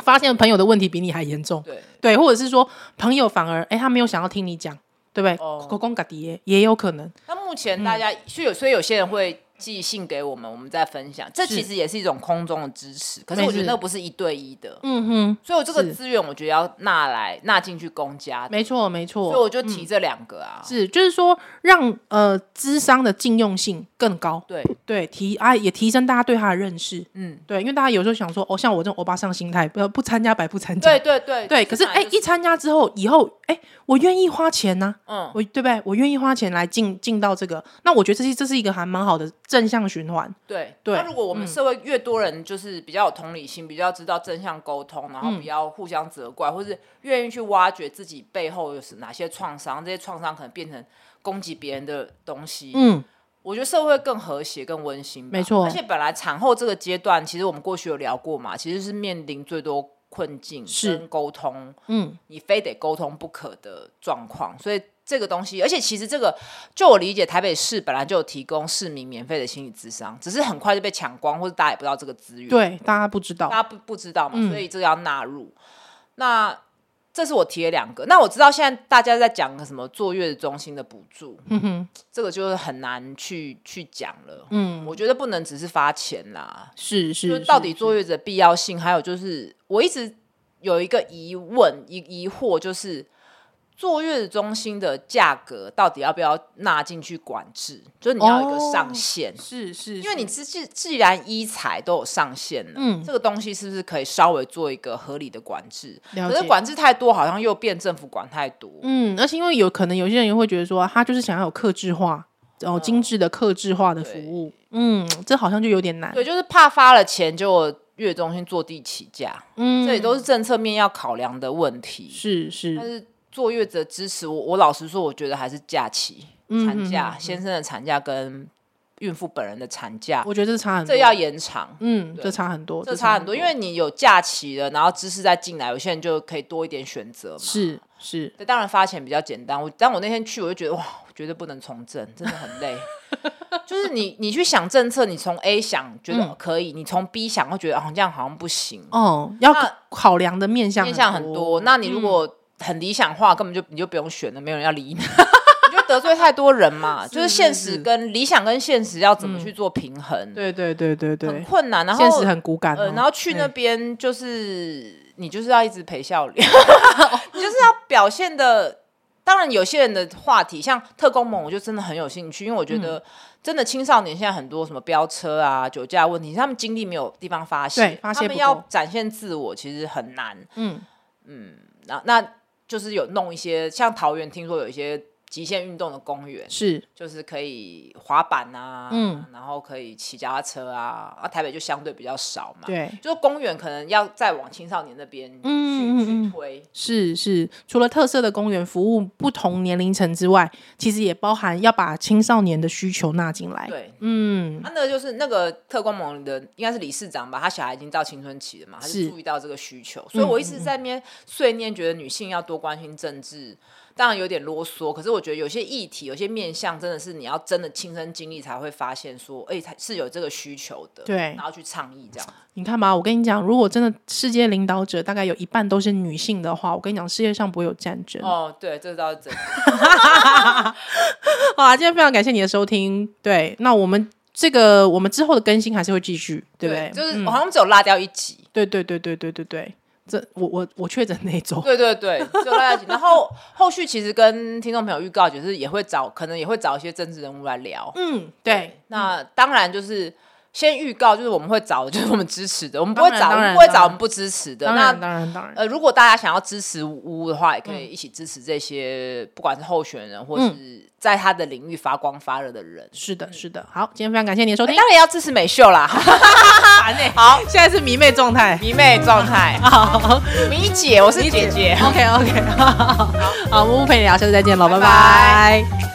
Speaker 1: 发现朋友的问题比你还严重？
Speaker 2: 对，
Speaker 1: 对，或者是说朋友反而哎、诶他没有想要听你讲，对不对？
Speaker 2: 哦
Speaker 1: 口公嘎迪耶也有可能，
Speaker 2: 那目
Speaker 1: 嗯
Speaker 2: 前大家，所以有所以有些人会寄信给我们，我们再分享。这
Speaker 1: 是
Speaker 2: 其实也是一种空中的支持，可是
Speaker 1: 没
Speaker 2: 我觉得
Speaker 1: 事
Speaker 2: 那不是一对一的，
Speaker 1: 嗯哼，
Speaker 2: 所以我这个
Speaker 1: 是
Speaker 2: 资源我觉得要纳来纳进去公家的，
Speaker 1: 没错没
Speaker 2: 所以我
Speaker 1: 错，嗯
Speaker 2: 就提这两个啊。
Speaker 1: 是就是说让呃智商的禁用性更高，
Speaker 2: 对，
Speaker 1: 对提啊也提升大家对他的认识，
Speaker 2: 嗯，
Speaker 1: 对，因为大家有时候想说哦，像我这种欧巴桑心态，不不参加白不参加，
Speaker 2: 对对对
Speaker 1: 对，可是哎、一
Speaker 2: 一
Speaker 1: 参加之后，以后哎、我愿意花钱啊呐、
Speaker 2: 嗯，
Speaker 1: 我对不对？我愿意花钱来进进到这个，那我觉得这是这是一个还蛮好的正向循环。
Speaker 2: 对
Speaker 1: 对
Speaker 2: 那如果我们社会越多人就是比较有同理心，比较知道真相沟通，
Speaker 1: 嗯
Speaker 2: 然后比较互相责怪，或是愿意去挖掘自己背后有哪些创伤，这些创伤可能变成攻击别人的东西，
Speaker 1: 嗯，
Speaker 2: 我觉得社会更和谐、更温馨吧，
Speaker 1: 没错
Speaker 2: 而且本来产后这个阶段，其实我们过去有聊过嘛，其实是面临最多困境
Speaker 1: 是
Speaker 2: 跟沟通，
Speaker 1: 嗯，
Speaker 2: 你非得沟通不可的状况，所以。这个东西，而且其实这个，就我理解，台北市本来就有提供市民免费的心理咨商，只是很快就被抢光，或者大家也不知道这个资源。
Speaker 1: 对，大家不知道
Speaker 2: 大，家不不知道嘛，
Speaker 1: 嗯
Speaker 2: 所以这个要纳入。那这是我提了两个。那我知道现在大家在讲个什么坐月子中心的补助，
Speaker 1: 嗯哼，
Speaker 2: 这个就是很难去去讲了。
Speaker 1: 嗯，
Speaker 2: 我觉得不能只是发钱啦，
Speaker 1: 是是，
Speaker 2: 就是到底
Speaker 1: 是
Speaker 2: 坐月子的必要性，还有就是我一直有一个疑问疑疑惑，就是坐月子中心的价格到底要不要纳进去管制？就是你要有一个上限，
Speaker 1: 哦是是，
Speaker 2: 因为你
Speaker 1: 是
Speaker 2: 既既既然医材都有上限了，
Speaker 1: 嗯
Speaker 2: 这个东西是不是可以稍微做一个合理的管制？
Speaker 1: 了
Speaker 2: 可是
Speaker 1: 解
Speaker 2: 管制太多，好像又变政府管太多。
Speaker 1: 嗯，而且因为有可能有些人会觉得说，他就是想要有克制化，哦，精致的克制化的服
Speaker 2: 嗯对
Speaker 1: 务，嗯，这好像就有点难，
Speaker 2: 对，就是怕发了钱就月中心坐地起价，
Speaker 1: 嗯，
Speaker 2: 这也都是政策面要考量的问题。
Speaker 1: 是
Speaker 2: 但
Speaker 1: 是，
Speaker 2: 是坐月子的支持，我我老实说，我觉得还是假期、产假、先生的产假跟孕妇本人的产假，
Speaker 1: 我觉得这差很多，
Speaker 2: 这要延长。
Speaker 1: 嗯，
Speaker 2: 对
Speaker 1: 这差很多，
Speaker 2: 这差很多，因为你有假期了，然后知识再进来，有些人就可以多一点选择嘛。
Speaker 1: 是是，
Speaker 2: 对，当然发钱比较简单。我但我那天去，我就觉得哇，我绝对不能从政，真的很累。就是你你去想政策，你从 A 想觉得可以，你从 B 想会觉得哦这样好像不行，
Speaker 1: 哦，要
Speaker 2: 那
Speaker 1: 考量的面向
Speaker 2: 面向很
Speaker 1: 多，嗯
Speaker 2: 多。那你如果很理想化，根本就你就不用选了，没有人要理你。 你就得罪太多人嘛，就是
Speaker 1: 是
Speaker 2: 现
Speaker 1: 是嗯
Speaker 2: 实跟理想跟现实要怎么去做平衡，
Speaker 1: 对对对对
Speaker 2: 很
Speaker 1: 对，
Speaker 2: 困难。然后
Speaker 1: 现实很骨感哦，
Speaker 2: 呃，然后去那
Speaker 1: 对
Speaker 2: 边就是你就是要一直陪笑 脸，你就是要表现的。当然，有些人的话题像特工盟，我就真的很有兴趣，因为我觉
Speaker 1: 嗯
Speaker 2: 得真的青少年现在很多什么飙车啊、酒驾问题，他们精力没有地方发泄
Speaker 1: 对，发泄
Speaker 2: 他
Speaker 1: 不
Speaker 2: 们
Speaker 1: 够
Speaker 2: 要展现自我其实很难。
Speaker 1: 嗯
Speaker 2: 那那就是有弄一些像桃园，听说有一些极限运动的公园，
Speaker 1: 是
Speaker 2: 就是可以滑板啊，
Speaker 1: 嗯
Speaker 2: 然后可以骑脚踏车啊，啊，台北就相对比较少嘛，
Speaker 1: 对。
Speaker 2: 就公园可能要再往青少年那边去、
Speaker 1: 嗯嗯嗯
Speaker 2: 去推。
Speaker 1: 是是，除了特色的公园服务不同年龄层之外，其实也包含要把青少年的需求纳进来。
Speaker 2: 对，
Speaker 1: 嗯，
Speaker 2: 啊，那个就是那个特工盟的，应该是理事长吧，他小孩已经到青春期了嘛，他
Speaker 1: 是嗯
Speaker 2: 就注意到这个需求，所以我一直在那边碎念，觉得女性要多关心政治，当然有点啰嗦，可是我觉得有些议题、有些面向，真的是你要真的亲身经历才会发现说，哎、才是有这个需求的，
Speaker 1: 对
Speaker 2: 然后去倡议这样。
Speaker 1: 你看吧，我跟你讲，如果真的世界领导者大概有一半都是女性的话，我跟你讲，世界上不会有战争。
Speaker 2: 哦，对，这倒是真的。
Speaker 1: 好啊，今天非常感谢你的收听。对，那我们这个我们之后的更新还是会继续，对不对？嗯
Speaker 2: 就是我好像只有落掉一集。
Speaker 1: 对对对对对对对，这我我我确诊那一周，
Speaker 2: 对对对，只有落掉一集。然后后续其实跟听众朋友预告，就是也会找，可能也会找一些政治人物来聊。
Speaker 1: 嗯，对，
Speaker 2: 那当然就是先预告，就是我们会找就是我们支持的，我们不会
Speaker 1: 当然当然
Speaker 2: 找我们不会
Speaker 1: 当
Speaker 2: 找
Speaker 1: 然
Speaker 2: 我们不支持的。
Speaker 1: 当
Speaker 2: 那
Speaker 1: 然嗯当然当然，
Speaker 2: 呃，如果大家想要支持乌的话，也可以一起支持这些，不管是候选人或
Speaker 1: 嗯
Speaker 2: 是在他的领域发光发热的人。
Speaker 1: 是的，是的。好，今天非常感谢你的收听，
Speaker 2: 当然要支持美秀 啦，
Speaker 1: 烦欸
Speaker 2: 好，
Speaker 1: 现在是迷妹状态。，
Speaker 2: 迷妹状态
Speaker 1: 好
Speaker 2: 迷姐，我是姐姐。
Speaker 1: ，OK OK，好，好，木木陪你聊，下次再见喽，拜
Speaker 2: 拜
Speaker 1: 拜